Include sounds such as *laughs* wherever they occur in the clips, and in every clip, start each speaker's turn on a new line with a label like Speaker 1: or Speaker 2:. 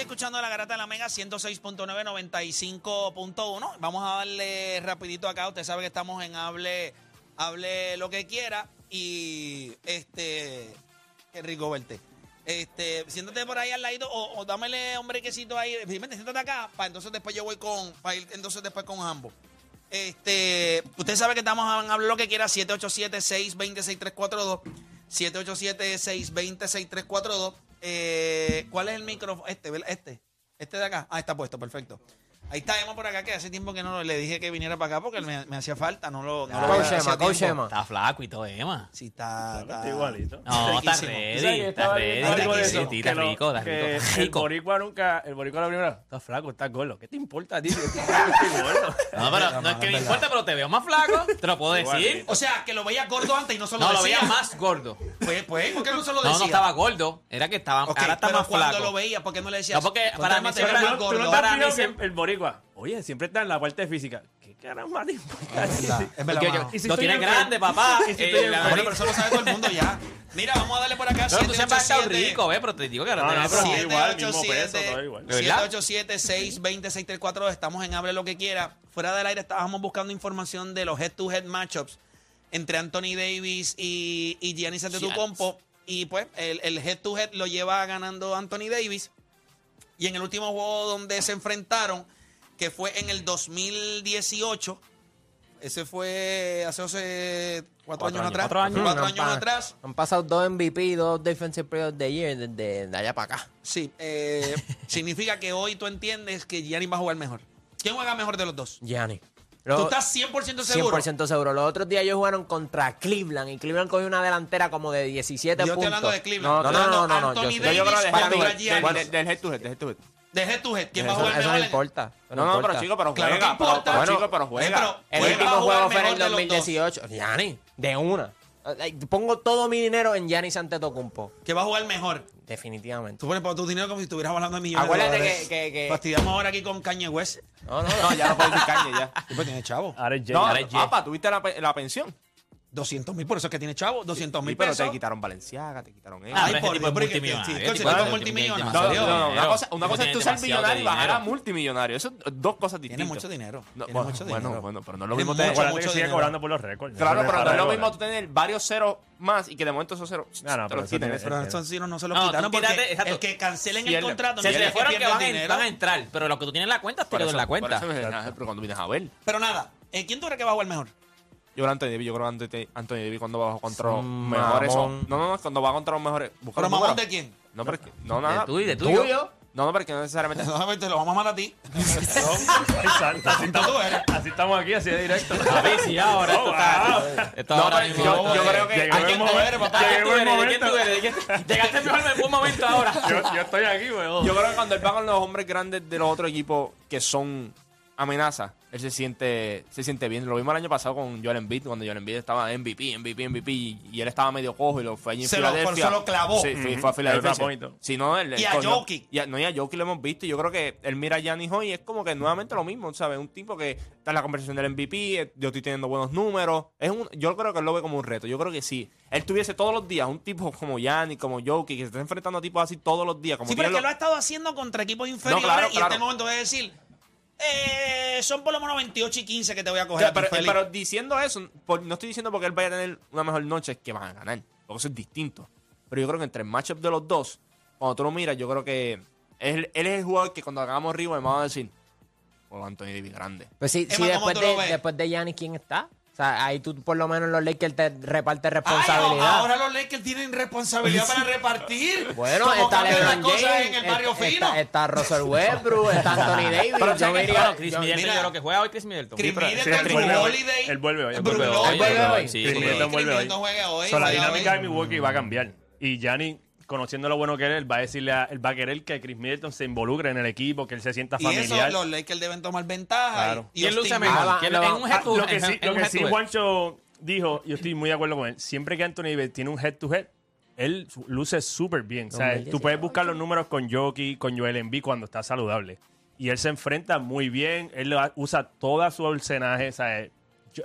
Speaker 1: escuchando la garata de la Mega 106.995.1. Vamos a darle rapidito acá. Usted sabe que estamos en hable, hable lo que quiera. Y este, qué rico verte. Este, siéntate por ahí al lado o, o dámele un brequecito ahí. Vente, siéntate acá. Para entonces después yo voy con, para ir entonces después con ambos. Este, usted sabe que estamos en hable lo que quiera. 787 626 342 787-620-6342. Eh, ¿Cuál es el micrófono? Este, ¿verdad? Este. Este de acá. Ah, está puesto, perfecto. Ahí está Emma por acá, que hace tiempo que no lo- le dije que viniera para acá porque me, me hacía falta. No lo. No lo
Speaker 2: Coach
Speaker 1: veía,
Speaker 2: Emma,
Speaker 1: hacía
Speaker 2: coach
Speaker 1: tiempo.
Speaker 2: Emma.
Speaker 3: Está flaco y todo, Emma.
Speaker 1: Sí, está.
Speaker 4: Está
Speaker 1: está-
Speaker 4: igualito.
Speaker 3: No, está
Speaker 1: Riquísimo.
Speaker 2: O sea,
Speaker 3: ready.
Speaker 2: que
Speaker 3: Está
Speaker 2: estaba
Speaker 3: ready.
Speaker 2: bien
Speaker 3: Está
Speaker 2: algo de
Speaker 3: ready,
Speaker 2: eso,
Speaker 3: sí, está
Speaker 4: que lo-
Speaker 3: rico, está
Speaker 4: que
Speaker 3: rico.
Speaker 4: El
Speaker 3: Rico.
Speaker 4: boricua nunca, el boricua la primera, estás flaco, estás gordo. ¿Qué te importa
Speaker 3: *laughs*
Speaker 4: a ti? Yo estoy gordo.
Speaker 3: No, pero no es que me importa, pero te veo más flaco. Te lo puedo decir.
Speaker 1: O sea, que lo veía gordo antes y no se lo
Speaker 3: No, lo
Speaker 1: decía.
Speaker 3: veía más gordo.
Speaker 1: Pues, pues, ¿por qué no se lo decía?
Speaker 3: No, no estaba gordo. Era que estaba.
Speaker 1: Ok,
Speaker 3: ahora está
Speaker 1: pero
Speaker 3: más
Speaker 1: cuando
Speaker 3: flaco.
Speaker 1: lo veía, ¿por qué no le decías?
Speaker 3: No, porque
Speaker 1: "Tú
Speaker 3: para
Speaker 1: estás
Speaker 3: mí
Speaker 1: más-
Speaker 3: siempre
Speaker 1: tú eres
Speaker 3: era-
Speaker 1: más
Speaker 3: tú no
Speaker 1: gordo"?
Speaker 3: estás-
Speaker 4: Para
Speaker 3: Para mí
Speaker 4: mí
Speaker 3: siempre-
Speaker 4: el boricua. Oye, siempre está en la parte física. ¿Qué caramba te importa?
Speaker 1: Es verdad, es verdad,
Speaker 3: Porque yo-
Speaker 1: mano.
Speaker 4: Y si
Speaker 3: lo
Speaker 4: estoy
Speaker 3: tienes
Speaker 4: enfermo.
Speaker 3: grande, papá.
Speaker 4: Y si
Speaker 3: Eh,
Speaker 4: estoy
Speaker 3: la
Speaker 4: enfermo.
Speaker 1: Bueno,
Speaker 3: nariz-
Speaker 1: pero eso lo sabe todo el mundo ya. Mira, vamos a darle por acá.
Speaker 3: No, tú siempre has estado
Speaker 1: 787.
Speaker 3: rico, ¿ves? Pero te digo que ahora
Speaker 4: No,
Speaker 3: te
Speaker 4: no,
Speaker 3: ves
Speaker 4: pero-
Speaker 3: más-
Speaker 4: sí. igual, mismo peso, todo igual.
Speaker 1: 787-620-634. Estamos en Hable lo que quiera. Fuera del aire estábamos buscando información de los head-to-head matchups entre Anthony Davis y, y Giannis Antetokounmpo. Y pues el, el head-to-head lo lleva ganando Anthony Davis. Y en el último juego donde se enfrentaron, que fue en el 2018, ese fue hace, hace cuatro, años, atrás.
Speaker 3: cuatro años.
Speaker 1: Cuatro
Speaker 2: Mm, Han
Speaker 1: años
Speaker 2: pa-
Speaker 1: atrás.
Speaker 2: Han pasado dos MVP y dos Defensive Player of the Year desde de allá para acá.
Speaker 1: Sí,
Speaker 2: *laughs*
Speaker 1: eh, significa que hoy tú entiendes que Gianni va a jugar mejor. ¿Quién juega mejor de los dos?
Speaker 2: Gianni.
Speaker 1: ¿Tú
Speaker 2: Lo-
Speaker 1: estás 100% seguro?
Speaker 2: 100% seguro. Los otros días ellos jugaron contra Cleveland y Cleveland cogió una delantera como de 17
Speaker 1: Yo estoy
Speaker 2: puntos.
Speaker 1: hablando de Cleveland.
Speaker 2: No, no,
Speaker 1: Estoy
Speaker 2: no, no,
Speaker 1: hablando
Speaker 2: no, no,
Speaker 1: Anthony
Speaker 2: yo-
Speaker 1: Davis
Speaker 2: yo creo de
Speaker 1: contra
Speaker 2: head to head.
Speaker 1: Gianni.
Speaker 2: Bueno,
Speaker 5: Del, del head to head, del head to head.
Speaker 1: De head to head, ¿quién va a
Speaker 2: Eso,
Speaker 1: jugar
Speaker 2: eso
Speaker 1: mejor?
Speaker 2: no
Speaker 1: en-
Speaker 2: importa. eso
Speaker 5: No, no, pero
Speaker 2: importa.
Speaker 5: chico, pero
Speaker 1: Claro
Speaker 5: juega.
Speaker 1: que importa.
Speaker 5: Pero,
Speaker 1: Bueno,
Speaker 5: chico, pero
Speaker 1: eh,
Speaker 2: El
Speaker 5: juega.
Speaker 1: ¿Quién va a
Speaker 2: último
Speaker 1: jugar
Speaker 2: juego fue en el
Speaker 1: mejor de los dos?
Speaker 2: 2018. Gianni, de una. Eh, Pongo todo mi dinero en Gianni Antetokounmpo,
Speaker 1: ¿Quién va a jugar mejor?
Speaker 2: definitivamente.
Speaker 1: Tú pones para tu dinero como si estuvieras hablando de millones
Speaker 2: Acuérdate
Speaker 1: de dólares.
Speaker 2: que- que- que-
Speaker 1: Fastidiamos ahora aquí con Kanye West.
Speaker 2: No, no,
Speaker 5: No, *laughs* ya no puedes decir caña ya.
Speaker 1: ¿Y pues tiene chavo?
Speaker 2: Ah.
Speaker 4: Ahora es
Speaker 5: No,
Speaker 3: ahora es Jeff.
Speaker 5: apa, tuviste la, pe- la pensión.
Speaker 1: 200 mil, por eso es que tiene chavo. 200 mil
Speaker 5: Sí, pero
Speaker 1: pesos.
Speaker 5: te quitaron Valenciaga, te quitaron él.
Speaker 3: Ah,
Speaker 1: Ay,
Speaker 3: pero
Speaker 1: por
Speaker 3: ese tipo
Speaker 1: Dios,
Speaker 3: es
Speaker 1: pero es que- sí,
Speaker 3: multimillonario,
Speaker 1: coche,
Speaker 3: tipo,
Speaker 1: tú eres
Speaker 3: tiene
Speaker 1: multimillonario,
Speaker 5: No,
Speaker 3: demasiado
Speaker 5: no, no, una
Speaker 3: dinero.
Speaker 5: cosa, una cosa es
Speaker 3: Tiene
Speaker 5: tú ser
Speaker 3: demasiado
Speaker 5: millonario y bajar a
Speaker 3: dinero.
Speaker 5: multimillonario. Eso son dos cosas
Speaker 1: Tiene
Speaker 5: distintas.
Speaker 1: mucho dinero.
Speaker 5: No,
Speaker 1: tiene
Speaker 5: bueno,
Speaker 1: mucho
Speaker 5: bueno,
Speaker 1: dinero.
Speaker 5: bueno, pero no es lo
Speaker 1: Tiene
Speaker 5: mismo
Speaker 1: mucho,
Speaker 5: tener.
Speaker 4: Acuérdate
Speaker 1: mucho
Speaker 4: que sigue
Speaker 1: dinero.
Speaker 4: cobrando por los récords.
Speaker 5: Claro, pero no es lo mismo tú
Speaker 4: Te
Speaker 5: tener varios ceros más y que de momento esos ceros
Speaker 4: No, no,
Speaker 5: te
Speaker 4: pero
Speaker 5: los
Speaker 4: eso
Speaker 5: quiten.
Speaker 4: tiene-
Speaker 5: Eso-
Speaker 1: Pero esos sí no, no se los
Speaker 3: No,
Speaker 1: quitaron
Speaker 3: tú
Speaker 1: porque
Speaker 3: quítate, exacto.
Speaker 1: el que cancelen el
Speaker 5: Pierde-
Speaker 1: contrato
Speaker 3: Se
Speaker 1: pierde-
Speaker 3: te fueron que
Speaker 1: pierde
Speaker 3: van a, en-
Speaker 1: dinero.
Speaker 3: van a entrar, pero lo que tú tienes en la cuenta te
Speaker 5: por
Speaker 3: quedó en
Speaker 5: eso-
Speaker 3: la cuenta.
Speaker 5: por eso- Pero cuando vienes a ver.
Speaker 1: Pero nada, eh, ¿quién tú crees que va a jugar mejor?
Speaker 5: Yo creo que Anthony Davis, yo creo que Anthony- Anthony Davis cuando va contra los
Speaker 2: Mamón.
Speaker 5: mejores. son- No, no, no, cuando va contra los mejores. busca
Speaker 1: ¿Pero
Speaker 5: los
Speaker 1: mamón
Speaker 5: números.
Speaker 1: de quién? *laughs*
Speaker 5: No, pero es que- no,
Speaker 3: De
Speaker 5: nada.
Speaker 3: tuyo, de tuyo.
Speaker 2: ¿Tuyo?
Speaker 5: No, no, porque
Speaker 1: *laughs*
Speaker 5: no necesariamente.
Speaker 1: No, te lo vamos a matar a ti.
Speaker 4: Así estamos,
Speaker 1: Tú eres.
Speaker 4: así estamos aquí, así de directo.
Speaker 3: *laughs* A ver si ahora esto
Speaker 4: Oh,
Speaker 3: está. Esto
Speaker 5: No,
Speaker 3: ahora
Speaker 5: pero
Speaker 3: mismo
Speaker 5: yo, yo
Speaker 3: está-
Speaker 5: creo que.
Speaker 4: Llegó el
Speaker 5: hay que-
Speaker 1: tú eres,
Speaker 4: momento.
Speaker 1: papá?
Speaker 3: ¿De quién tú
Speaker 4: Llegó el
Speaker 3: eres? ¿De quién tú
Speaker 4: momento.
Speaker 3: eres? ¿De quién- Llegaste mejor en buen momento ahora.
Speaker 4: Yo yo estoy aquí, weón.
Speaker 5: Yo creo que cuando él va con los hombres grandes de los otros equipos que son amenazas, él se siente, se siente bien. Lo vimos el año pasado con Joel Embiid, cuando Joel Embiid estaba MVP, MVP, MVP, y y él estaba medio cojo y lo fue allí en
Speaker 1: Se lo- por
Speaker 5: Filadelfia.
Speaker 1: eso lo clavó.
Speaker 5: Sí, fue-
Speaker 4: Ujú.
Speaker 5: fue a Filadelfia.
Speaker 4: El rapoito.
Speaker 5: Sí, no, él-
Speaker 1: Y
Speaker 5: él
Speaker 1: a
Speaker 5: cogió-
Speaker 1: Jokic.
Speaker 5: y a- no, y a Jokic lo hemos visto. y Yo creo que él mira a Giannis hoy y es como que nuevamente lo mismo, ¿sabes? Un tipo que está en la conversación del MVP, eh, yo estoy teniendo buenos números. Es un, yo creo que él lo ve como un reto. Yo creo que sí. Él tuviese todos los días un tipo como Giannis, como Jokic, que se está enfrentando a tipos así todos los días. Como
Speaker 1: Sí,
Speaker 5: tiene
Speaker 1: pero es que
Speaker 5: los-
Speaker 1: lo ha estado haciendo contra equipos inferiores
Speaker 5: claro,
Speaker 1: y en este
Speaker 5: claro.
Speaker 1: momento de decir, eh, son por lo menos 28 y 15 que te voy a coger.
Speaker 5: Ya,
Speaker 1: a ti,
Speaker 5: pero, eh,
Speaker 1: Félix.
Speaker 5: pero diciendo eso, por- no estoy diciendo porque él vaya a tener una mejor noche que van a ganar, porque eso es distinto. Pero yo creo que entre el matchup de los dos, cuando tú lo miras, yo creo que él, él es el jugador que cuando hagamos Río, me vamos a decir, oh, Anthony Davis grande.
Speaker 2: Pues sí,
Speaker 1: Emma,
Speaker 2: sí,
Speaker 1: ¿cómo
Speaker 2: después,
Speaker 1: tú lo
Speaker 2: de,
Speaker 1: ves?
Speaker 2: después de Giannis, ¿quién está? O sea, ahí tú por lo menos los Lakers te reparten
Speaker 1: Ay,
Speaker 2: responsabilidad.
Speaker 1: ahora los Lakers tienen responsabilidad para repartir.
Speaker 2: *laughs* bueno,
Speaker 1: Como
Speaker 2: está
Speaker 1: cambian las
Speaker 2: LeBron
Speaker 1: cosas
Speaker 2: James,
Speaker 1: en el barrio
Speaker 2: está,
Speaker 1: fino.
Speaker 2: está, está Russell Westbrook,
Speaker 4: *laughs*
Speaker 2: está Anthony Davis.
Speaker 3: Pero
Speaker 2: yo
Speaker 3: checa,
Speaker 2: diría-
Speaker 3: bueno, Chris
Speaker 2: yo-
Speaker 3: Middleton,
Speaker 1: mira.
Speaker 3: yo creo que juega hoy Chris Middleton.
Speaker 1: Chris
Speaker 3: Sí, pero-
Speaker 4: Sí, él
Speaker 1: Middleton, Drew
Speaker 4: vuelve hoy.
Speaker 1: Holiday.
Speaker 4: Él vuelve hoy, él
Speaker 1: Bruce
Speaker 4: vuelve hoy.
Speaker 1: Lowell.
Speaker 2: Él vuelve hoy.
Speaker 3: Sí,
Speaker 4: Chris
Speaker 3: sí,
Speaker 1: Chris
Speaker 4: Middleton
Speaker 3: sí.
Speaker 4: vuelve hoy.
Speaker 1: Middleton juega hoy.
Speaker 4: So, la
Speaker 1: juega
Speaker 4: dinámica
Speaker 1: hoy.
Speaker 4: de Milwaukee va a cambiar. Y Gianni, conociendo lo bueno que él es, él va a decirle a, él va a querer que Chris Middleton se involucre en el equipo, que él se sienta
Speaker 1: Y eso,
Speaker 4: familiar.
Speaker 1: los Lakers deben tomomar ventaja.
Speaker 4: Claro.
Speaker 1: Y, y
Speaker 3: ¿Quién luce
Speaker 1: Austin
Speaker 3: mejor?
Speaker 2: Ah,
Speaker 3: ¿Quién-
Speaker 2: no.
Speaker 3: en un
Speaker 4: Ah,
Speaker 3: head to-
Speaker 4: lo que
Speaker 3: en-
Speaker 4: sí,
Speaker 3: en
Speaker 4: lo
Speaker 3: un
Speaker 4: que
Speaker 3: head
Speaker 4: sí
Speaker 3: to head.
Speaker 4: Juancho dijo, yo estoy muy de acuerdo con él, siempre que Anthony Davis tiene un head-to-head, él su- luce súper bien. O sea, tú puedes buscar los números con Jokic, con Joel Embiid cuando está saludable. Y él se enfrenta muy bien, él lo- usa toda su arsenaje, o sea, el-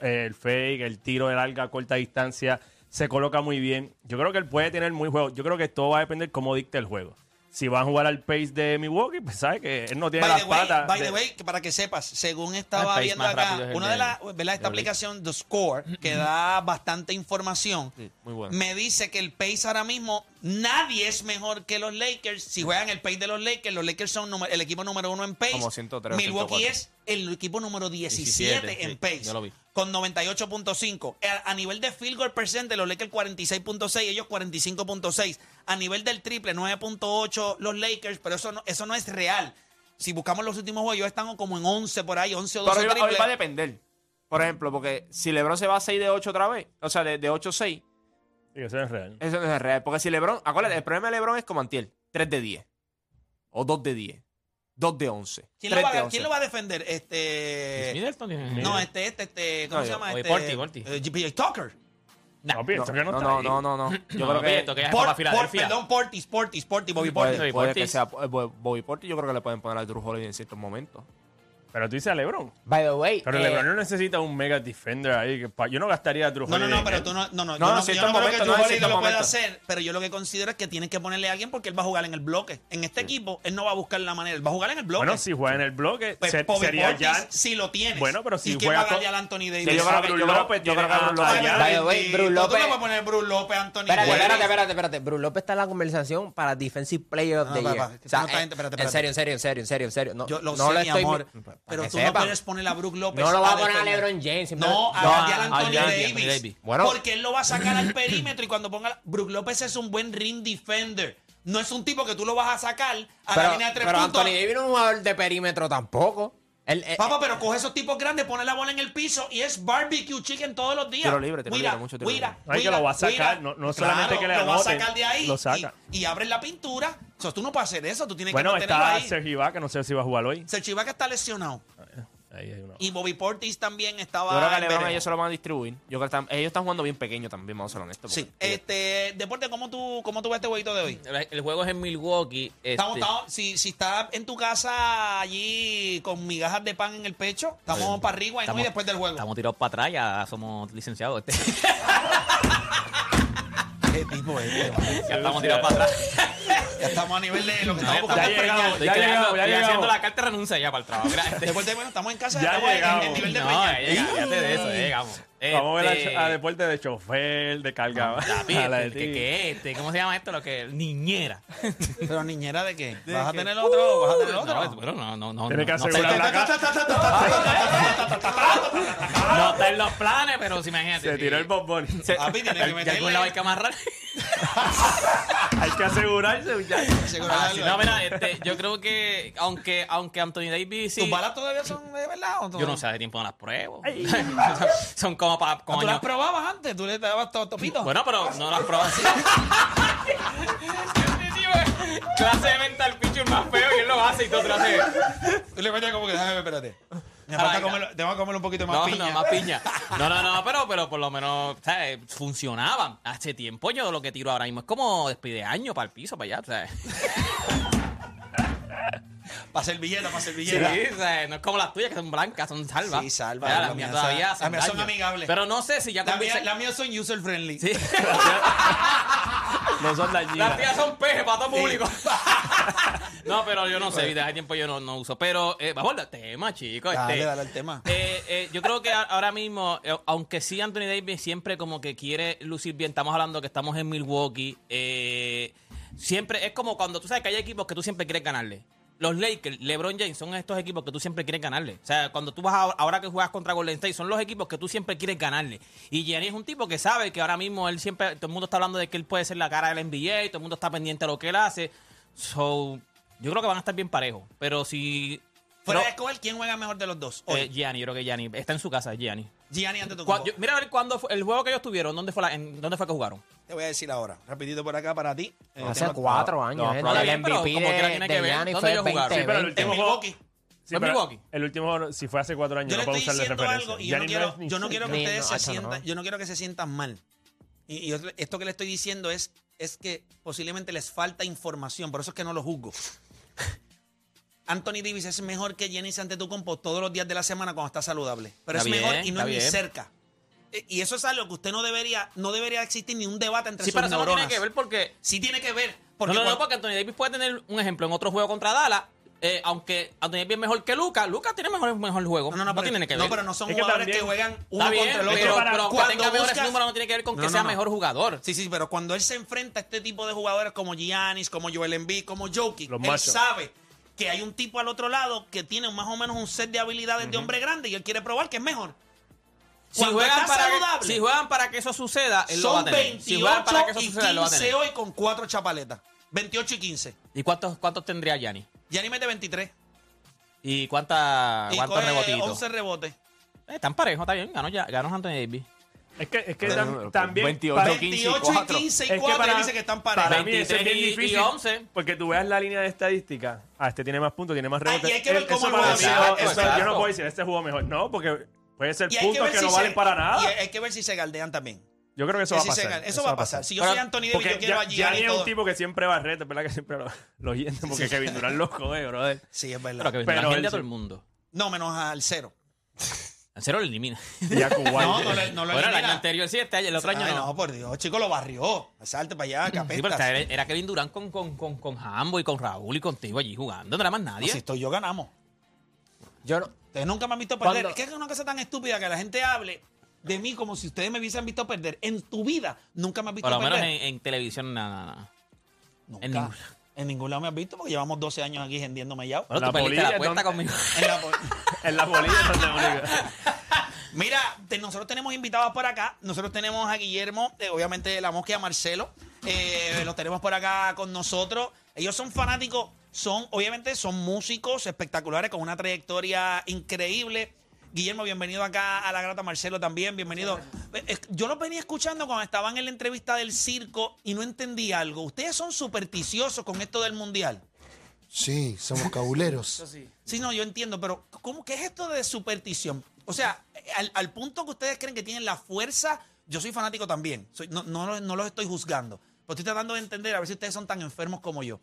Speaker 4: el fake, el tiro de larga, corta distancia, se coloca muy bien. Yo creo que él puede tener muy juego. Yo creo que todo va a depender cómo dicta el juego. si va a jugar al pace de Milwaukee, pues sabes que él no tiene
Speaker 1: By
Speaker 4: las
Speaker 1: the, way,
Speaker 4: patas.
Speaker 1: by
Speaker 4: de-
Speaker 1: the way, que para que sepas, según estaba
Speaker 3: pace
Speaker 1: viendo
Speaker 3: más
Speaker 1: acá,
Speaker 3: rápido es el
Speaker 1: una de
Speaker 3: de-
Speaker 1: las, ¿verdad? Esta
Speaker 3: de Blake.
Speaker 1: aplicación, The Score, que da bastante información,
Speaker 5: Sí, muy bueno.
Speaker 1: me dice que el pace ahora mismo, nadie es mejor que los Lakers. Si juegan el pace de los Lakers, los Lakers son número- el equipo número uno en pace.
Speaker 5: Como 103 o
Speaker 1: Milwaukee
Speaker 5: 104.
Speaker 1: es el equipo número 17,
Speaker 3: 17,
Speaker 1: en
Speaker 3: sí,
Speaker 1: pace.
Speaker 5: yo lo vi.
Speaker 1: Con 98.5. Eh, A, a nivel de field goal percent, los Lakers 46.6, ellos 45.6. A nivel del triple, 9.8 los Lakers, pero eso no, eso no es real. Si buscamos los últimos juegos, ellos están como en 11 por ahí, 11 o 12
Speaker 5: Pero hoy, va- hoy
Speaker 1: triples.
Speaker 5: va a depender. Por ejemplo, porque si LeBron se va a 6 de 8 otra vez, o sea, de, de 8 a 6,
Speaker 4: Sí, eso es real.
Speaker 5: eso no es real. Porque si LeBron, acuérdate, el problema de LeBron es como Antiel: 3 de 10, o 2 de 10, 2 de 11.
Speaker 1: ¿Quién lo, va,
Speaker 5: 3 de
Speaker 1: a-
Speaker 5: 11.
Speaker 1: quién lo va a defender?
Speaker 3: Eh,
Speaker 1: Este.
Speaker 3: Middleton tiene-
Speaker 1: No, este, este, este. ¿Cómo
Speaker 5: No,
Speaker 1: se
Speaker 5: yo-
Speaker 1: llama?
Speaker 3: oye,
Speaker 1: Este,
Speaker 3: Porti, Porti.
Speaker 1: eh, J.P. Tucker.
Speaker 3: Nah.
Speaker 4: Papi, esto que no
Speaker 5: No,
Speaker 4: está
Speaker 5: no,
Speaker 4: ahí.
Speaker 5: no, no, no. Yo
Speaker 3: No,
Speaker 5: creo que.
Speaker 3: Middleton, que es
Speaker 1: Por-
Speaker 3: para
Speaker 1: por-
Speaker 3: Filadelfia.
Speaker 1: perdón, Portis, Portis, Portis, Bobby Portis.
Speaker 5: Puede,
Speaker 3: Bobby
Speaker 5: puede que
Speaker 3: Portis.
Speaker 5: sea eh, Bo- Bobby Portis, yo creo que le pueden poner a Drew Holiday en ciertos momentos.
Speaker 4: Pero tú dices a LeBron.
Speaker 2: By the way.
Speaker 4: Pero
Speaker 2: eh,
Speaker 4: LeBron no necesita un mega defender ahí. que pa- Yo no gastaría a Drew
Speaker 1: No, no,
Speaker 4: Holiday
Speaker 1: no,
Speaker 4: en
Speaker 1: pero
Speaker 4: él.
Speaker 1: tú no, no, no,
Speaker 5: No,
Speaker 1: yo
Speaker 5: no,
Speaker 1: no,
Speaker 5: si
Speaker 1: yo
Speaker 5: está
Speaker 1: no creo
Speaker 5: momento,
Speaker 1: que Drew
Speaker 5: no, si
Speaker 1: Holiday
Speaker 5: está
Speaker 1: lo pueda
Speaker 5: momento.
Speaker 1: hacer, pero yo lo que considero es que tienes que ponerle a alguien porque él va a jugar en el bloque. En este equipo, él no va a buscar la manera, él va a jugar en el bloque.
Speaker 4: Bueno, si juega en el bloque,
Speaker 1: Pues,
Speaker 4: se-
Speaker 1: Bobby
Speaker 4: sería
Speaker 1: Portis,
Speaker 4: ya.
Speaker 1: si lo tienes.
Speaker 4: Bueno, pero si
Speaker 1: ¿Y quién va a
Speaker 4: juega
Speaker 1: darle
Speaker 4: con-
Speaker 1: al Anthony Davis?
Speaker 5: Sí, yo creo que-
Speaker 4: Bruce
Speaker 5: yo creo-
Speaker 4: López
Speaker 5: yo creo
Speaker 4: tiene
Speaker 5: que a Bruce
Speaker 4: a-
Speaker 1: Ay,
Speaker 4: a-
Speaker 2: López. By the way,
Speaker 1: bendito,
Speaker 2: Bruce
Speaker 1: tú
Speaker 2: López-
Speaker 1: no vas a poner Bruce López, Anthony
Speaker 2: Espérate,
Speaker 1: Davis.
Speaker 2: espérate, espérate, espérate. Bruce López está en la conversación para Defensive Player of
Speaker 1: No,
Speaker 2: the
Speaker 1: papá,
Speaker 2: Year.
Speaker 1: que tú
Speaker 2: O sea,
Speaker 1: no estás
Speaker 2: eh,
Speaker 1: ent- espérate,
Speaker 2: En
Speaker 1: espérate.
Speaker 2: serio, en serio, en serio, en serio, en serio. No,
Speaker 1: Yo lo
Speaker 2: no
Speaker 1: sé,
Speaker 2: le
Speaker 1: mi
Speaker 2: estoy-
Speaker 1: amor,
Speaker 2: para
Speaker 1: pero
Speaker 2: que
Speaker 1: tú no
Speaker 2: sepan.
Speaker 1: puedes ponerle a Brook López.
Speaker 2: No lo vas a poner a
Speaker 1: defender.
Speaker 2: LeBron James, simplemente-
Speaker 1: No, a
Speaker 2: No,
Speaker 1: darle al
Speaker 3: a
Speaker 1: Anthony
Speaker 3: Giannis,
Speaker 1: Davis.
Speaker 3: Anthony Davis.
Speaker 2: Bueno.
Speaker 1: Porque él lo va a sacar
Speaker 2: *laughs*
Speaker 1: al perímetro y cuando ponga. la- Brook López es un buen ring defender. No es un tipo que tú lo vas a sacar a la
Speaker 2: Pero,
Speaker 1: línea de tres
Speaker 2: pero
Speaker 1: puntos.
Speaker 2: Anthony Davis no es un jugador de perímetro tampoco. Él, eh,
Speaker 1: Papá, pero coge esos tipos grandes, pone la bola en el piso y es barbecue chicken todos los días.
Speaker 5: Tiro libre, tiro
Speaker 1: Mira,
Speaker 5: libre, mucho tiro
Speaker 1: mira,
Speaker 5: libre.
Speaker 4: Ay, que
Speaker 1: mira,
Speaker 4: lo va a sacar,
Speaker 1: mira.
Speaker 4: no- no solamente que le
Speaker 1: Lo va a
Speaker 4: anoten,
Speaker 1: sacar de ahí
Speaker 4: lo saca.
Speaker 1: Y, y abre la pintura. O sea, tú no puedes hacer eso, tú tienes
Speaker 4: Bueno,
Speaker 1: que mantenerlo
Speaker 4: está
Speaker 1: ahí.
Speaker 4: Sergi Ibaka, no sé si va a jugar hoy.
Speaker 1: Sergio Ibaka está lesionado.
Speaker 4: Ahí hay uno.
Speaker 1: Y Bobby Portis también estaba.
Speaker 5: Yo creo que a
Speaker 1: en
Speaker 5: LeBron
Speaker 1: Ah, veremos.
Speaker 5: ellos se lo van a distribuir. Yo creo que están- ellos están jugando bien pequeño también, vamos a ser honestos.
Speaker 1: Sí.
Speaker 5: porque-
Speaker 1: Este, deporte, ¿cómo tú, cómo tú ves este jueguito de hoy?
Speaker 3: El- El juego es en Milwaukee. este,
Speaker 1: Estamos, estamos- si, si estás en tu casa allí con migajas de pan en el pecho, estamos para arriba y
Speaker 3: estamos-
Speaker 1: después del juego.
Speaker 3: Estamos tirados para atrás, ya somos licenciados. este.
Speaker 1: *laughs* ¿Qué tipo es este, man?
Speaker 3: ya estamos tirados para atrás.
Speaker 1: Ya estamos a nivel de lo que estamos
Speaker 3: Ya
Speaker 1: buscando. es
Speaker 3: llegamos,
Speaker 1: preñar.
Speaker 3: estoy
Speaker 4: ya
Speaker 3: creando-
Speaker 4: llegamos,
Speaker 3: estoy
Speaker 4: ya
Speaker 3: haciendo
Speaker 4: llegamos.
Speaker 3: la carta de renuncia ya para el trabajo.
Speaker 1: *laughs*
Speaker 3: Gracias.
Speaker 1: Deporte, bueno, estamos en casa.
Speaker 4: Ya
Speaker 1: estamos en-
Speaker 4: llegamos.
Speaker 1: En, nivel de
Speaker 3: No, eh.
Speaker 1: preñar.
Speaker 3: ya llegamos, antes de eso, ya llegamos.
Speaker 4: Vamos a ver
Speaker 3: Este,
Speaker 4: a, a deporte de chofer, de
Speaker 1: Ah,
Speaker 4: cargador.
Speaker 3: Papi,
Speaker 4: *laughs* a la de
Speaker 3: este, ¿qué-
Speaker 4: ti.
Speaker 3: qué es este? ¿Cómo se llama esto? Lo que niñera.
Speaker 1: Pero niñera, ¿de qué? Uh, ¿Vas a tener otro? ¿Vas a tener
Speaker 3: No,
Speaker 1: otro?
Speaker 3: bueno, no, no, no.
Speaker 4: Tienes que
Speaker 3: no, no,
Speaker 4: asegurar la casa.
Speaker 3: está- no está en los planes, pero si
Speaker 1: este
Speaker 3: imagínate.
Speaker 4: Se
Speaker 3: si-
Speaker 4: tiró el
Speaker 1: *laughs*
Speaker 4: bombón.
Speaker 1: Papi, tiene que
Speaker 3: de algún lado
Speaker 1: meterle.
Speaker 3: Eh, hay que amarrar.
Speaker 4: Hay que asegurarse.
Speaker 1: *laughs*
Speaker 4: ya.
Speaker 1: Asegurar
Speaker 3: Ah, sí,
Speaker 1: algo.
Speaker 3: no, mira, este, yo creo que aunque, aunque Anthony Davis sí,
Speaker 1: ¿Tus balas todavía son de verdad o no?
Speaker 3: yo no sé hace tiempo no las pruebo. son, *laughs* son como para
Speaker 1: Ah, ¿Tú
Speaker 3: coño.
Speaker 1: las probabas antes? ¿Tú le dabas to- topito?
Speaker 3: Bueno, pero no las pruebo así. Este tipo es Clase de mental pitcher más feo y él lo hace y todo te lo hace.
Speaker 1: Tú le metes como que, déjame, espérate. Me
Speaker 3: Ah,
Speaker 1: falta
Speaker 3: venga.
Speaker 1: comerlo, tengo que comerlo un poquito más
Speaker 3: no,
Speaker 1: piña.
Speaker 3: no, más piña. No, no, no, pero, pero por lo menos, ¿sabes? Funcionaban. Hace tiempo yo lo que tiro ahora mismo es como despide año para el piso, para
Speaker 1: *laughs*
Speaker 3: allá, ¿sabes?
Speaker 1: Para servilleta, para
Speaker 3: Sí,
Speaker 1: servilleta.
Speaker 3: o sea, no es como las tuyas que son blancas, son salvas.
Speaker 1: Sí, salvas,
Speaker 3: Ya,
Speaker 1: las
Speaker 3: Las mías
Speaker 1: mías
Speaker 3: todavía
Speaker 1: son-
Speaker 3: hacen
Speaker 1: las mías son
Speaker 3: daño.
Speaker 1: amigables.
Speaker 3: Pero no sé si ya
Speaker 1: Las mías
Speaker 3: convincen-
Speaker 1: la mía son user friendly.
Speaker 3: Sí.
Speaker 4: *laughs* No son
Speaker 3: Las
Speaker 4: dañinas.
Speaker 3: tías son peje para
Speaker 1: *laughs*
Speaker 3: todo público. no, pero yo no
Speaker 1: Pues.
Speaker 3: sé, desde hace tiempo yo no, no uso. Pero eh, vamos al tema, chicos.
Speaker 1: Dale,
Speaker 3: este,
Speaker 1: dale al tema.
Speaker 3: eh, eh, yo creo que a- ahora mismo, eh, aunque sí Anthony Davis siempre como que quiere lucir bien, estamos hablando que estamos en Milwaukee, eh, siempre es como cuando tú sabes que hay equipos que tú siempre quieres ganarle. Los Lakers, LeBron James son estos equipos que tú siempre quieres ganarle. O sea, cuando tú vas a- ahora que juegas contra Golden State, son los equipos que tú siempre quieres ganarle. Y Jerry es un tipo que sabe que ahora mismo él siempre, todo el mundo está hablando de que él puede ser la cara del NBA, todo el mundo está pendiente de lo que él hace. So, yo creo que van a estar bien parejos. Pero si.
Speaker 1: Fuera
Speaker 3: no-
Speaker 1: de escoger, ¿quién juega mejor de los dos? Hoy.
Speaker 3: eh, Gianni, yo creo que Gianni. Está en su casa, Gianni.
Speaker 1: Gianni ante tu
Speaker 3: Cua- yo- mira a ver cuándo fue- el juego que ellos tuvieron, ¿dónde fue, la- en- dónde fue que jugaron?
Speaker 1: Te voy a decir ahora. Rapidito por acá para ti. Eh,
Speaker 2: hace
Speaker 1: tema-
Speaker 2: cuatro
Speaker 5: no,
Speaker 2: años, gente.
Speaker 5: probable.
Speaker 2: el
Speaker 3: Pero
Speaker 2: MVP
Speaker 3: como quiera tiene
Speaker 2: de,
Speaker 3: que
Speaker 2: de
Speaker 3: ver,
Speaker 2: Giannis
Speaker 3: ¿dónde
Speaker 2: fue
Speaker 3: ellos jugaron?
Speaker 2: 20,
Speaker 4: Sí, pero el
Speaker 2: 20.
Speaker 1: En
Speaker 4: último juego.
Speaker 1: Milwaukee.
Speaker 4: Sí,
Speaker 3: ¿Fue
Speaker 4: pero
Speaker 3: Milwaukee?
Speaker 4: el último juego, si fue hace cuatro años,
Speaker 1: Yo le
Speaker 4: no puedo
Speaker 1: estoy
Speaker 4: usar de
Speaker 1: diciendo
Speaker 4: referencia.
Speaker 1: algo y yo
Speaker 4: Ya
Speaker 1: no
Speaker 4: ni
Speaker 1: quiero,
Speaker 4: más ni
Speaker 1: yo no
Speaker 4: sí.
Speaker 1: quiero que
Speaker 2: Ni-
Speaker 1: ustedes
Speaker 2: no,
Speaker 1: se
Speaker 2: eso no.
Speaker 1: sientan, yo no quiero que se sientan mal. Y, y otro- esto que le estoy diciendo es, es que posiblemente les falta información, por eso es que no lo juzgo. *laughs* Anthony Davis es mejor que Giannis Antetokounmpo todos los días de la semana cuando está saludable, pero
Speaker 3: Está
Speaker 1: es mejor
Speaker 3: bien,
Speaker 1: y no
Speaker 3: está
Speaker 1: es ni
Speaker 3: bien.
Speaker 1: cerca. eh, y eso es algo que usted no debería, no debería existir ni un debate entre
Speaker 3: Sí,
Speaker 1: sus
Speaker 3: pero eso no
Speaker 1: neuronas.
Speaker 3: tiene que ver porque.
Speaker 1: Sí tiene que ver. Porque
Speaker 3: Porque no, no,
Speaker 1: cuando-
Speaker 3: porque Anthony Davis puede tener un ejemplo en otro juego contra Dallas. eh, aunque Anthony Davis es mejor que Lucas, Lucas tiene mejor, mejor juego. No,
Speaker 1: pero-
Speaker 3: tiene que ver.
Speaker 1: No, pero no son
Speaker 4: Es que
Speaker 1: jugadores que,
Speaker 4: también-
Speaker 1: juegan uno
Speaker 3: Está bien,
Speaker 1: contra el otro.
Speaker 3: pero, pero, que
Speaker 1: Cuando
Speaker 3: tenga mejores
Speaker 1: buscas-
Speaker 3: números no tiene que ver con
Speaker 1: No,
Speaker 3: que
Speaker 1: no,
Speaker 3: sea
Speaker 1: no.
Speaker 3: mejor jugador.
Speaker 1: Sí, sí, pero cuando él se enfrenta a este tipo de jugadores como Giannis, como Joel Embiid, como Jokic,
Speaker 4: Los
Speaker 1: él
Speaker 4: machos.
Speaker 1: sabe que hay un tipo al otro lado que tiene más o menos un set de habilidades de hombre grande y él quiere probar que es mejor.
Speaker 3: Si
Speaker 1: Cuando
Speaker 3: juegan,
Speaker 1: está
Speaker 3: para que,
Speaker 1: saludable,
Speaker 3: si juegan para que eso suceda, él lo va a
Speaker 1: son
Speaker 3: tener.
Speaker 1: 28
Speaker 3: si juegan para que eso
Speaker 1: y
Speaker 3: suceda, él lo va a
Speaker 1: 15
Speaker 3: tener.
Speaker 1: hoy con cuatro chapaletas. 28 y 15.
Speaker 3: ¿Y cuántos, cuántos tendría Gianni?
Speaker 1: Giannis mete 23.
Speaker 3: ¿Y cuánta,
Speaker 1: y
Speaker 3: cuántos
Speaker 1: coge
Speaker 3: rebotitos?
Speaker 1: 11 rebotes.
Speaker 3: Eh, están parejos, está bien. Ganó, ya, ganó Anthony Davis.
Speaker 4: Es que, es que
Speaker 5: Pero,
Speaker 4: tam-
Speaker 5: pero,
Speaker 4: también.
Speaker 5: 28,
Speaker 4: para-
Speaker 5: 15 y
Speaker 1: 28 y
Speaker 5: cuatro.
Speaker 1: 15 y
Speaker 4: Es que
Speaker 1: 4
Speaker 4: para-
Speaker 1: dice que están
Speaker 4: Para
Speaker 1: parejos.
Speaker 4: mí eso es
Speaker 3: 23
Speaker 4: bien
Speaker 3: y- y
Speaker 4: difícil.
Speaker 3: 11.
Speaker 4: Porque tú veas la línea de estadística. Ah, este tiene más puntos, tiene más rebotes.
Speaker 1: y hay que ver
Speaker 4: Eh,
Speaker 1: cómo
Speaker 4: eso
Speaker 1: él
Speaker 4: para
Speaker 1: juega.
Speaker 4: mí,
Speaker 1: Exacto,
Speaker 4: eso-
Speaker 3: exacto.
Speaker 4: Yo no puedo decir, este jugó mejor. No, porque puede ser
Speaker 1: Y hay que
Speaker 4: puntos
Speaker 1: ver
Speaker 4: que
Speaker 1: si
Speaker 4: no
Speaker 1: se-
Speaker 4: valen para
Speaker 1: y
Speaker 4: nada.
Speaker 1: hay que ver si se galdean también.
Speaker 4: Yo creo que eso
Speaker 1: Que
Speaker 4: va a
Speaker 1: si se gal-
Speaker 4: pasar.
Speaker 1: eso va a pasar. Si yo
Speaker 3: Pero-
Speaker 1: soy Anthony Davis,
Speaker 4: Porque
Speaker 1: yo quiero
Speaker 4: ya-
Speaker 1: a Gianni
Speaker 4: Gianni
Speaker 1: y
Speaker 4: es un
Speaker 1: todo.
Speaker 4: tipo que siempre va a reto, ¿verdad? Que siempre lo, lo oyente, porque Kevin Durant lo jode, brother.
Speaker 1: Sí, es verdad.
Speaker 3: Pero que
Speaker 4: Pero
Speaker 3: la gente
Speaker 4: él
Speaker 3: a todo
Speaker 4: sí.
Speaker 3: el mundo.
Speaker 1: No, menos al cero.
Speaker 3: Al cero lo elimina.
Speaker 4: Y a Kuwait.
Speaker 1: *laughs* No, no, le- no lo
Speaker 3: Bueno, el año
Speaker 1: elimina.
Speaker 3: anterior sí, este año, el otro año
Speaker 1: Ay,
Speaker 3: no.
Speaker 1: no. por Dios, chico, lo barrió. Salte para allá,
Speaker 3: Sí, pero
Speaker 1: capeta.
Speaker 3: era, era Kevin Durant con, con, con, con Hambo y con Raúl y contigo allí jugando. No era más nadie.
Speaker 1: si estoy yo, ganamos.
Speaker 2: Yo no.
Speaker 1: Ustedes nunca me han visto perder.
Speaker 2: Cuando-
Speaker 1: Es que es una cosa tan estúpida que la gente hable de mí como si ustedes me hubiesen visto perder. En tu vida nunca me has visto
Speaker 3: Por lo menos
Speaker 1: perder.
Speaker 3: en, en televisión, nada, nada. nada.
Speaker 1: nunca.
Speaker 3: en
Speaker 1: En
Speaker 3: ningún-
Speaker 1: ningún... lado me has visto porque llevamos 12 años aquí gendiéndome ya.
Speaker 3: Bueno,
Speaker 4: La
Speaker 3: tú perdiste la
Speaker 4: bolilla,
Speaker 3: apuesta
Speaker 4: ¿dónde?
Speaker 3: conmigo. *laughs*
Speaker 1: En la po-
Speaker 4: En la bolilla no te obliga.
Speaker 1: Mira, te- nosotros tenemos invitados por acá. Nosotros tenemos a Guillermo, eh, obviamente la mosca y a Marcelo. Eh, los tenemos por acá con nosotros. Ellos son fanáticos, son, obviamente, son músicos espectaculares con una trayectoria increíble. Guillermo, bienvenido acá a La Grata Marcelo también, bienvenido. Eh, eh, Yo los venía escuchando cuando estaban en la entrevista del circo y no entendí algo. Ustedes son supersticiosos con esto del mundial.
Speaker 6: Sí,
Speaker 1: *laughs*
Speaker 6: somos cabuleros.
Speaker 1: Sí, no, yo entiendo, pero ¿cómo qué es esto de superstición? O sea, al, al punto que ustedes creen que tienen la fuerza, yo soy fanático también. Soy- no, no, lo- no los estoy juzgando. Pero estoy tratando de entender, a ver si ustedes son tan enfermos como yo.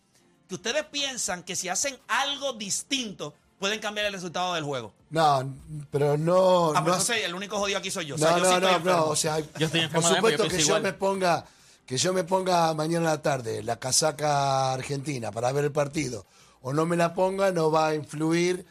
Speaker 1: Que ustedes piensan que si hacen algo distinto, pueden cambiar el resultado del juego.
Speaker 6: No, pero no.
Speaker 1: Ah, pero
Speaker 6: no,
Speaker 1: entonces el único jodido aquí soy yo. O sea,
Speaker 6: no,
Speaker 1: yo sí
Speaker 6: no,
Speaker 1: estoy
Speaker 6: no,
Speaker 1: enfermo.
Speaker 6: no, O sea,
Speaker 3: Yo estoy enfermo
Speaker 6: por
Speaker 3: también,
Speaker 6: supuesto
Speaker 3: pero yo
Speaker 6: que
Speaker 3: pienso
Speaker 6: yo
Speaker 3: igual.
Speaker 6: me ponga, que yo me ponga mañana en la tarde la casaca argentina para ver el partido. O no me la ponga, no va a influir.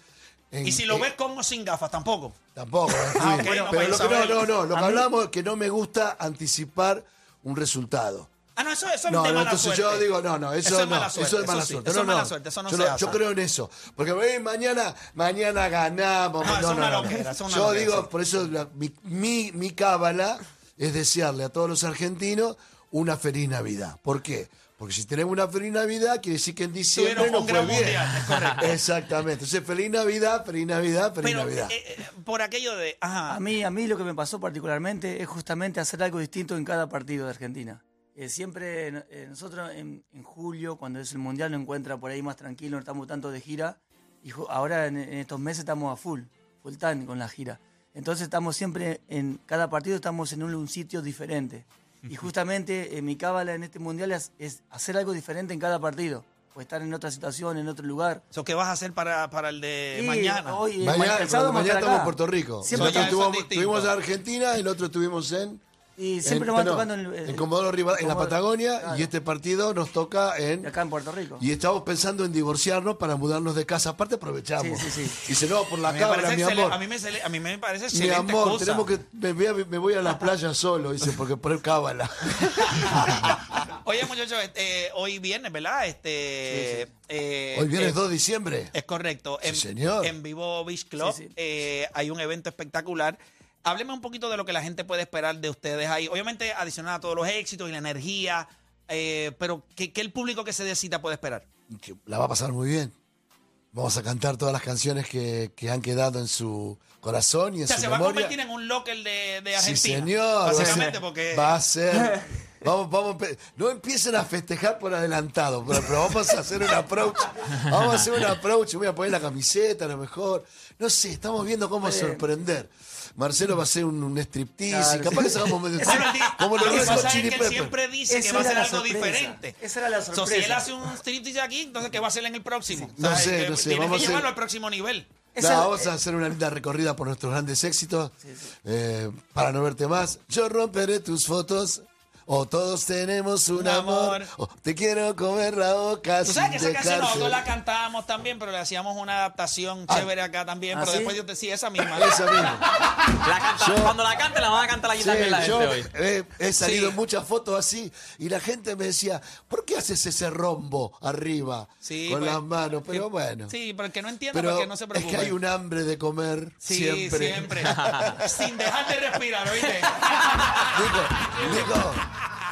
Speaker 6: En,
Speaker 1: Y si lo
Speaker 6: en-
Speaker 1: ves con o sin gafas, tampoco.
Speaker 6: Tampoco. ¿eh?
Speaker 1: Ah, ok, no
Speaker 6: pero lo que, no,
Speaker 1: pensaba.
Speaker 6: no, no, lo que hablamos es que no me gusta anticipar un resultado.
Speaker 1: Ah, no, eso, eso es
Speaker 6: No,
Speaker 1: de
Speaker 6: no,
Speaker 1: mala
Speaker 6: entonces
Speaker 1: suerte.
Speaker 6: yo digo, no, no, eso,
Speaker 1: Eso es
Speaker 6: no,
Speaker 1: mala suerte,
Speaker 6: eso es mala
Speaker 1: eso sí,
Speaker 6: suerte.
Speaker 1: eso
Speaker 6: no,
Speaker 1: es mala
Speaker 6: no.
Speaker 1: suerte, eso no
Speaker 6: yo,
Speaker 1: se
Speaker 6: no-
Speaker 1: hace.
Speaker 6: yo creo en eso. Porque eh, mañana, mañana ganamos.
Speaker 1: No,
Speaker 6: No,
Speaker 1: eso
Speaker 6: no,
Speaker 1: es una
Speaker 6: no, no.
Speaker 1: loquera, eso es una
Speaker 6: Yo
Speaker 1: loquera,
Speaker 6: digo,
Speaker 1: sí.
Speaker 6: por eso la- mi, mi, mi cábala es desearle a todos los argentinos una feliz Navidad. ¿Por qué? Porque si tenemos una feliz Navidad, quiere decir que en diciembre
Speaker 1: Tuvieron
Speaker 6: no
Speaker 1: un
Speaker 6: fue
Speaker 1: gran
Speaker 6: bien.
Speaker 1: mundial, es correcto.
Speaker 6: *laughs* Exactamente. Entonces, feliz Navidad, feliz Navidad, feliz
Speaker 1: Pero
Speaker 6: Navidad.
Speaker 1: eh, eh, por aquello de. Ajá.
Speaker 7: A mí, a mí lo que me pasó particularmente es justamente hacer algo distinto en cada partido de Argentina. Eh, siempre eh, nosotros en, en julio, cuando es el Mundial, nos encuentra por ahí más tranquilo, no estamos tanto de gira. Y ju- ahora en, en estos meses estamos a full, full time con la gira. Entonces estamos siempre, en cada partido estamos en un, un sitio diferente. Y justamente eh, mi cábala en este Mundial es, es hacer algo diferente en cada partido. O estar en otra situación, en otro lugar.
Speaker 1: So, ¿Qué vas a hacer para, para el de
Speaker 7: Y
Speaker 1: mañana?
Speaker 7: hoy, eh,
Speaker 6: Mañana,
Speaker 7: el
Speaker 6: porque mañana
Speaker 7: sábado vamos para
Speaker 6: estamos en
Speaker 7: acá.
Speaker 6: Puerto Rico.
Speaker 7: Siempre
Speaker 6: Nosotros
Speaker 1: Mañana son
Speaker 6: estuvimos,
Speaker 1: distintos.
Speaker 6: estuvimos en Argentina, el otro estuvimos en...
Speaker 7: Y siempre
Speaker 6: en-
Speaker 7: nos van
Speaker 6: no,
Speaker 7: tocando en,
Speaker 6: en Comodoro Rivadavia, en la
Speaker 7: Comodoro,
Speaker 6: Patagonia,
Speaker 7: claro.
Speaker 6: y este partido nos toca en...
Speaker 7: de acá en Puerto Rico.
Speaker 6: Y estamos pensando en divorciarnos para mudarnos de casa. Aparte aprovechamos.
Speaker 7: Sí, sí, sí.
Speaker 6: Y se no, por
Speaker 1: A
Speaker 6: la
Speaker 1: mí me
Speaker 6: cámara,
Speaker 1: parece
Speaker 6: mi
Speaker 1: excele-
Speaker 6: amor.
Speaker 1: a mí me excele- a mí me parece
Speaker 6: Mi
Speaker 1: excelente
Speaker 6: amor,
Speaker 1: cosa.
Speaker 6: tenemos que me voy, a, me voy a la playa solo, dice, porque por el cábala.
Speaker 1: Oye, muchachos, este, eh, hoy viernes, ¿verdad? Este, *laughs* eh,
Speaker 6: Hoy viernes
Speaker 1: eh,
Speaker 6: 2 de diciembre.
Speaker 1: Es correcto.
Speaker 6: Sí,
Speaker 1: en,
Speaker 6: señor.
Speaker 1: en Vivo Beach Club
Speaker 7: Sí, sí.
Speaker 1: eh, hay un evento espectacular. Hábleme un poquito de lo que la gente puede esperar de ustedes ahí. Obviamente, adicional a todos los éxitos y la energía, eh, pero ¿qué, qué el público que se dé cita puede esperar?
Speaker 6: que la va a pasar muy bien. Vamos a cantar todas las canciones que, que han quedado en su corazón y en
Speaker 1: O sea,
Speaker 6: su
Speaker 1: se va a
Speaker 6: memoria.
Speaker 1: convertir en un local de, de
Speaker 6: Sí,
Speaker 1: Argentina.
Speaker 6: señor.
Speaker 1: Básicamente,
Speaker 6: va a ser-
Speaker 1: porque.
Speaker 6: Va
Speaker 1: *laughs*
Speaker 6: a ser. Vamos, vamos. pe- No empiecen a festejar por adelantado, pero, pero vamos a hacer un approach. Vamos a hacer un approach. Voy a poner la camiseta, a lo mejor. No sé, estamos viendo cómo sorprender. Marcelo va a hacer un, un striptease.
Speaker 7: Claro, sí.
Speaker 6: capaz que
Speaker 1: *laughs*
Speaker 6: salgamos medio.
Speaker 1: Bueno, él di-
Speaker 6: como los
Speaker 1: lo que
Speaker 6: Red Hot
Speaker 1: pasa es
Speaker 6: Chili
Speaker 1: que él
Speaker 6: Peppers.
Speaker 1: siempre dice que
Speaker 7: Esa
Speaker 1: va a
Speaker 7: era
Speaker 1: hacer
Speaker 7: la
Speaker 1: algo
Speaker 7: sorpresa.
Speaker 1: diferente.
Speaker 7: Esa era la
Speaker 1: So, si él
Speaker 7: sorpresa.
Speaker 1: hace un striptease aquí, entonces ¿qué va a hacer en el próximo?
Speaker 6: No
Speaker 1: ¿Sabes?
Speaker 6: sé,
Speaker 1: Que
Speaker 6: no sé,
Speaker 1: Tiene
Speaker 6: vamos
Speaker 1: que
Speaker 6: a hacer-
Speaker 1: llevarlo al próximo nivel.
Speaker 7: Esa- eh,
Speaker 6: Nada, vamos a hacer una linda recorrida por nuestros grandes éxitos. Eh, para no verte más, yo romperé tus fotos. O todos tenemos un,
Speaker 1: Un amor.
Speaker 6: amor. o te quiero comer la boca.
Speaker 1: Tú sabes que esa
Speaker 6: sin
Speaker 1: canción
Speaker 6: dejarte.
Speaker 1: nosotros la cantábamos también, pero le hacíamos una adaptación chévere acá también.
Speaker 6: ¿Ah,
Speaker 1: pero
Speaker 6: sí?
Speaker 1: después yo te sí, esa misma.
Speaker 6: *laughs* Esa
Speaker 1: *laughs*
Speaker 6: misma.
Speaker 3: La canta-
Speaker 6: Yo-
Speaker 3: cuando la cante, la van a cantar allí
Speaker 6: Sí,
Speaker 3: también la gente
Speaker 6: yo
Speaker 3: hoy.
Speaker 6: eh, he salido
Speaker 1: Sí.
Speaker 6: en muchas fotos así y la gente me decía, ¿por qué haces ese rombo arriba
Speaker 1: Sí,
Speaker 6: con
Speaker 1: pues,
Speaker 6: las manos? Pero
Speaker 1: que-
Speaker 6: bueno.
Speaker 1: Sí, pero el que no entienda,
Speaker 6: Pero
Speaker 1: porque no se
Speaker 6: es
Speaker 1: preocupe.
Speaker 6: que hay un hambre de comer
Speaker 1: Sí,
Speaker 6: siempre.
Speaker 1: siempre.
Speaker 6: *laughs*
Speaker 1: Sin dejar de respirar, ¿oíste?
Speaker 6: Dijo,
Speaker 1: *laughs*
Speaker 6: dijo,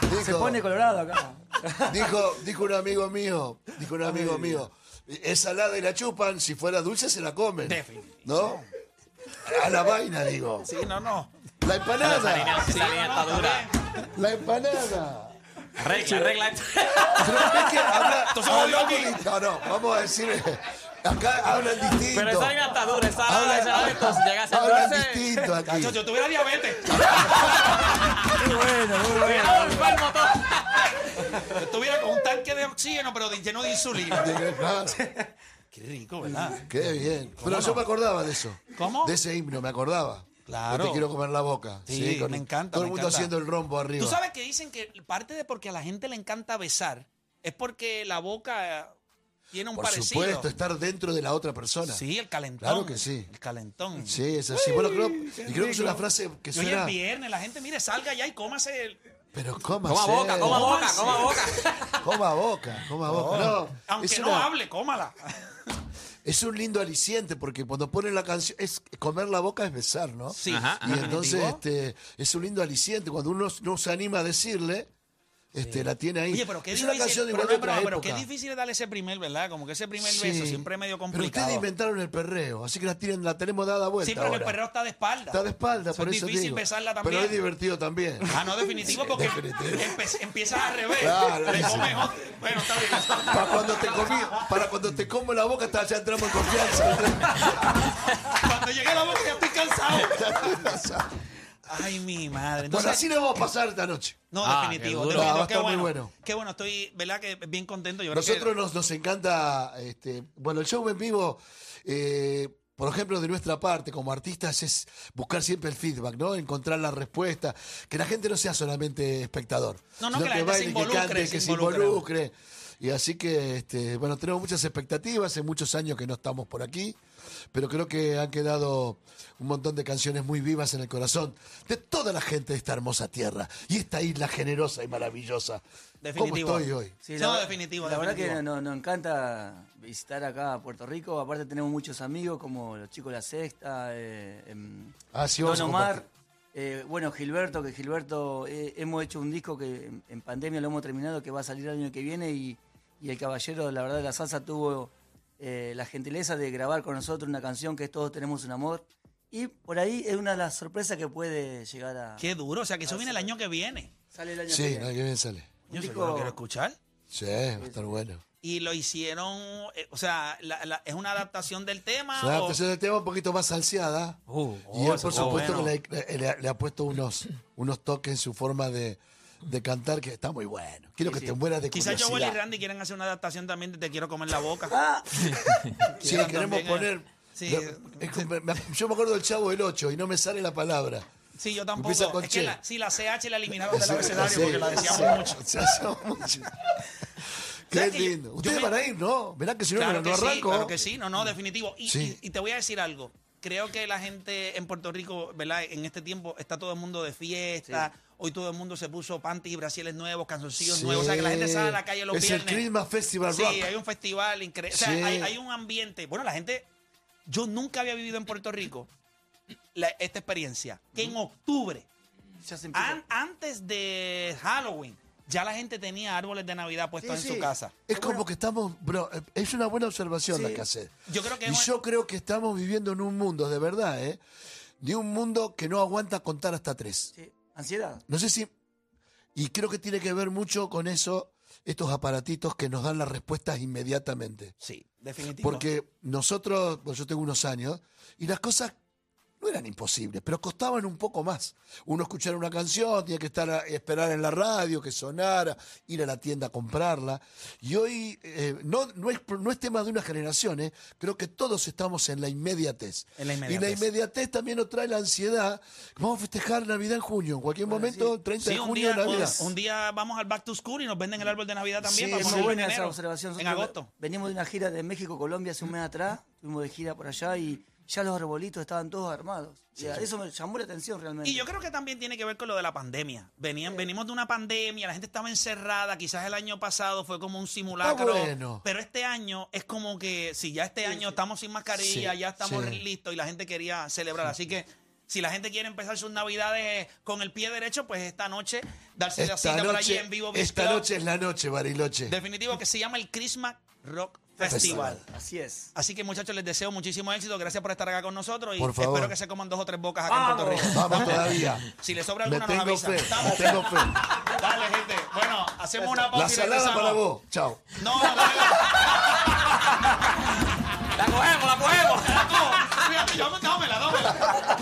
Speaker 6: dijo,
Speaker 7: Se pone colorado acá.
Speaker 6: dijo, dijo un amigo mío, dijo un amigo mío, es salada y la chupan, si fuera dulce se la comen.
Speaker 1: Definitivo.
Speaker 6: ¿No? A la vaina, digo.
Speaker 1: Sí, no, no.
Speaker 6: La
Speaker 3: Esa línea,
Speaker 6: empanada,
Speaker 3: esa línea está dura.
Speaker 6: la empanada.
Speaker 3: Regla, regla. esto.
Speaker 6: Pero es que habla-
Speaker 1: Tú sos un
Speaker 6: hablamos
Speaker 1: loco.
Speaker 6: di- No, no, vamos a decir, acá hablan distinto.
Speaker 3: Pero esa línea está dura.
Speaker 6: Habla-
Speaker 3: Esa esa esto llega a ser
Speaker 6: Hablan
Speaker 3: dulce.
Speaker 6: distinto aquí.
Speaker 1: Yo, yo tuviera
Speaker 6: *laughs*
Speaker 1: diabetes.
Speaker 3: Cuidado, enfermo todo.
Speaker 1: Yo estuviera con un tanque de oxígeno, pero de- lleno de insulina.
Speaker 6: Ah,
Speaker 1: Qué rico, ¿verdad?
Speaker 6: Qué bien. Pero yo me acordaba de eso.
Speaker 1: ¿Cómo?
Speaker 6: De ese himno, me acordaba.
Speaker 1: Claro.
Speaker 6: Yo te quiero comer la boca.
Speaker 1: Sí, me encanta,
Speaker 6: Todo
Speaker 1: me
Speaker 6: el mundo
Speaker 1: encanta.
Speaker 6: haciendo el rombo arriba.
Speaker 1: Tú sabes que dicen que parte de porque a la gente le encanta besar es porque la boca eh, tiene un
Speaker 6: Por
Speaker 1: parecido.
Speaker 6: supuesto, estar dentro de la otra persona.
Speaker 1: Sí, el calentón.
Speaker 6: Claro que sí.
Speaker 1: El calentón.
Speaker 6: Sí, es así. Bueno, creo, y creo que es una frase que
Speaker 1: Y Hoy es
Speaker 6: suena.
Speaker 1: viernes, la gente, mire, salga ya y cómase. el-
Speaker 6: Pero cómase.
Speaker 3: Coma boca, coma boca, coma boca.
Speaker 6: Coma boca, coma boca. No,
Speaker 1: Aunque
Speaker 6: es
Speaker 1: no
Speaker 6: una-
Speaker 1: hable, cómala. *laughs*
Speaker 6: Es un lindo aliciente porque cuando ponen la canción, es comer la boca es besar, ¿no?
Speaker 1: Sí. Ah,
Speaker 3: Ajá,
Speaker 6: Y entonces este, es un lindo aliciente. Cuando uno no se anima a decirle, este, la tiene ahí.
Speaker 1: Oye, pero qué
Speaker 6: es
Speaker 1: difícil.
Speaker 6: una canción de
Speaker 1: pero
Speaker 6: igual
Speaker 1: no
Speaker 6: de
Speaker 1: es broma,
Speaker 6: otra
Speaker 1: pero qué
Speaker 6: época.
Speaker 1: difícil es darle ese primer, ¿verdad? Como que ese primer
Speaker 6: Sí.
Speaker 1: beso siempre es medio
Speaker 6: Pero
Speaker 1: complicado.
Speaker 6: ustedes inventaron el perreo, así que la, tienen, la tenemos dada vuelta.
Speaker 1: sí, pero el
Speaker 6: ahora.
Speaker 1: perreo está de espalda.
Speaker 6: Está de espalda,
Speaker 1: Eso
Speaker 6: por
Speaker 1: es
Speaker 6: eso
Speaker 1: difícil
Speaker 6: digo.
Speaker 1: besarla también.
Speaker 6: Pero es divertido también.
Speaker 1: Ah, no, definitivo, porque
Speaker 6: definitivo.
Speaker 1: empe- empiezas al revés.
Speaker 6: Claro,
Speaker 1: Le
Speaker 6: sí.
Speaker 1: comes otro. Bueno, está bien.
Speaker 6: Para cuando te comí, para cuando te como la boca, está- ya entramos
Speaker 1: *laughs*
Speaker 6: en confianza.
Speaker 1: Cuando llegue la boca ya estoy cansado. Ay, mi madre.
Speaker 6: bueno,
Speaker 1: Entonces,
Speaker 6: así nos vamos a pasar esta noche.
Speaker 1: No,
Speaker 3: Ah,
Speaker 1: definitivo.
Speaker 3: qué duro.
Speaker 1: definitivo.
Speaker 6: Ah, va a
Speaker 1: qué
Speaker 6: estar muy
Speaker 1: bueno.
Speaker 6: bueno.
Speaker 1: Qué bueno, estoy, ¿verdad? Que bien contento. Yo creo que-
Speaker 6: Nosotros nos, nos encanta, este, bueno, el show en vivo, eh, por ejemplo, de nuestra parte como artistas es buscar siempre el feedback, ¿no? Encontrar la respuesta, que la gente no sea solamente espectador,
Speaker 1: No, no,
Speaker 6: sino
Speaker 1: que la gente se involucre,
Speaker 6: que
Speaker 1: se
Speaker 6: que se
Speaker 1: involucre.
Speaker 6: involucre. Y así que, este, bueno, tenemos muchas expectativas, hace muchos años que no estamos por aquí, pero creo que han quedado un montón de canciones muy vivas en el corazón de toda la gente de esta hermosa tierra y esta isla generosa y maravillosa.
Speaker 1: Definitivo.
Speaker 6: ¿Cómo estoy hoy?
Speaker 7: Sí, la
Speaker 1: No,
Speaker 7: ver-
Speaker 1: definitivo,
Speaker 7: La verdad
Speaker 1: definitivo.
Speaker 7: que nos, nos encanta visitar acá a Puerto Rico. Aparte tenemos muchos amigos como los chicos de La Sexta, eh, em,
Speaker 6: Ah, sí, vamos
Speaker 7: Don
Speaker 6: a
Speaker 7: Omar.
Speaker 6: compartir.
Speaker 7: eh, bueno, Gilberto, que Gilberto eh, hemos hecho un disco que en, en pandemia lo hemos terminado, que va a salir el año que viene y, y el caballero, la verdad, de la salsa tuvo eh, la gentileza de grabar con nosotros una canción que es Todos tenemos un amor. Y por ahí es una de las sorpresas que puede llegar a...
Speaker 1: Qué duro. O sea, que
Speaker 6: Ah,
Speaker 1: eso viene el año que viene.
Speaker 7: Sale el año que
Speaker 6: Sí,
Speaker 7: viene.
Speaker 6: no, que bien sale.
Speaker 7: Un
Speaker 1: Yo sé que
Speaker 7: disco-
Speaker 1: lo quiero escuchar.
Speaker 6: Sí, va a estar bueno.
Speaker 1: Y lo hicieron, eh, o sea, la- la- es una adaptación del tema.
Speaker 6: Es una adaptación del tema un poquito más salseada.
Speaker 1: Ah, Uh,
Speaker 6: y
Speaker 1: oh,
Speaker 6: él,
Speaker 1: eso
Speaker 6: por
Speaker 1: está
Speaker 6: supuesto,
Speaker 1: bueno.
Speaker 6: que le, le- le ha puesto unos, unos toques en su forma de, de cantar que está muy bueno. Quiero que te mueras de
Speaker 1: Quizás Joel y
Speaker 6: curiosidad.
Speaker 1: Randy quieren hacer una adaptación también de Te quiero comer la boca.
Speaker 6: Ah,
Speaker 7: Ah,
Speaker 6: Sí,
Speaker 1: Quieran
Speaker 6: queremos
Speaker 1: también, eh.
Speaker 6: poner...
Speaker 1: Sí.
Speaker 6: lo- es que me- me- yo me acuerdo del Chavo del 8 y no me sale la palabra.
Speaker 1: Sí, yo
Speaker 6: Empieza
Speaker 1: tampoco.
Speaker 6: con
Speaker 1: Es que
Speaker 6: che.
Speaker 1: la, sí, la CH la eliminaron del
Speaker 6: Sí,
Speaker 1: abecedario porque la decíamos
Speaker 6: sí,
Speaker 1: mucho.
Speaker 6: se hacía mucho. Qué
Speaker 1: ¿Sabes que yo-
Speaker 6: lindo.
Speaker 1: yo
Speaker 6: Ustedes
Speaker 1: me-
Speaker 6: van a ir, ¿no? Verán que si no,
Speaker 1: Claro
Speaker 6: no
Speaker 1: que sí,
Speaker 6: arranco.
Speaker 1: claro que sí, no, no, definitivo. Y,
Speaker 6: Sí.
Speaker 1: y- y te voy a decir algo. Creo que la gente en Puerto Rico, ¿verdad? En este tiempo está todo el mundo de fiesta. Hoy todo el mundo se puso panties y brasiles nuevos, canzoncillos
Speaker 6: Sí.
Speaker 1: nuevos. O sea, que la gente sale a la calle los
Speaker 6: es
Speaker 1: viernes.
Speaker 6: el Christmas Festival
Speaker 1: Sí,
Speaker 6: Rock.
Speaker 1: hay un festival increíble. O sea,
Speaker 6: Sí.
Speaker 1: hay, hay un ambiente. Bueno, la gente. Yo nunca había vivido en Puerto Rico la- esta experiencia. Que en octubre,
Speaker 7: Ya se empieza.
Speaker 1: an- antes de Halloween, ya la gente tenía árboles de Navidad puestos
Speaker 6: Sí,
Speaker 1: en
Speaker 6: sí.
Speaker 1: su casa.
Speaker 6: Es como que estamos, bro, eh, es una buena observación la que hace.
Speaker 1: Yo creo que
Speaker 6: y
Speaker 1: es-
Speaker 6: yo creo que estamos viviendo en un mundo, de verdad, ¿eh? De un mundo que no aguanta contar hasta tres.
Speaker 7: Sí. Ansiedad.
Speaker 6: No sé si... Y creo que tiene que ver mucho con eso, estos aparatitos que nos dan las respuestas inmediatamente.
Speaker 1: Sí, definitivamente.
Speaker 6: Porque nosotros, bueno, yo tengo unos años, y las cosas no eran imposibles, pero costaban un poco más. Uno escuchar una canción, tenía que estar a- esperar en la radio que sonara, ir a la tienda a comprarla. Y hoy eh, no, no, es, no es tema de una generación, ¿eh? creo que todos estamos en la inmediatez.
Speaker 1: En la
Speaker 6: Y la
Speaker 1: inmediatez.
Speaker 6: inmediatez también nos trae la ansiedad. Vamos a festejar Navidad en junio, en cualquier momento, 30
Speaker 1: Sí,
Speaker 6: de
Speaker 1: un
Speaker 6: junio
Speaker 1: día,
Speaker 6: Navidad.
Speaker 1: un, un día vamos al back to school y nos venden el árbol de Navidad también.
Speaker 6: Sí,
Speaker 1: para
Speaker 6: es
Speaker 7: Es muy
Speaker 1: ponerlo
Speaker 7: buena
Speaker 1: en
Speaker 7: esa
Speaker 1: enero,
Speaker 7: observación.
Speaker 1: En
Speaker 7: Nosotros
Speaker 1: agosto.
Speaker 7: Venimos de una gira de México, Colombia hace un mes atrás. Fuimos de gira por allá y ya los arbolitos estaban todos armados. Y a- Eso me llamó la atención realmente.
Speaker 1: Y yo creo que también tiene que ver con lo de la pandemia. Venían, Venimos de una pandemia, la gente estaba encerrada, quizás el año pasado fue como un simulacro.
Speaker 6: bueno.
Speaker 1: Pero este año es como que, si ya este año estamos sin mascarilla,
Speaker 6: Sí,
Speaker 1: ya estamos
Speaker 6: sí.
Speaker 1: listos y la gente quería celebrar. Así que si la gente quiere empezar sus navidades con el pie derecho, pues esta noche darse la
Speaker 6: Esta
Speaker 1: cita por allí
Speaker 6: noche,
Speaker 1: en vivo. Beach
Speaker 6: esta
Speaker 1: Club.
Speaker 6: noche es la noche, Bariloche.
Speaker 1: Definitivo que se llama el Christmas Rock
Speaker 6: Festival.
Speaker 1: Festival.
Speaker 7: Así es.
Speaker 1: Así que muchachos, les deseo muchísimo éxito. Gracias por estar acá con nosotros y
Speaker 6: Por favor.
Speaker 1: espero que se coman dos o tres bocas acá en Puerto Rico.
Speaker 6: Vamos
Speaker 1: *laughs*
Speaker 6: todavía.
Speaker 1: Si les sobra
Speaker 6: Me
Speaker 1: alguna, nos
Speaker 6: tengo
Speaker 1: avisa.
Speaker 6: fe, me
Speaker 1: Estamos.
Speaker 6: tengo fe.
Speaker 1: Dale, gente. Bueno, hacemos una pausa
Speaker 6: La
Speaker 1: y
Speaker 6: salada
Speaker 1: regresamos.
Speaker 6: para vos. Chao.
Speaker 1: No, no, no. La cogemos, la cogemos. Fíjate, yo me dámela, dámela.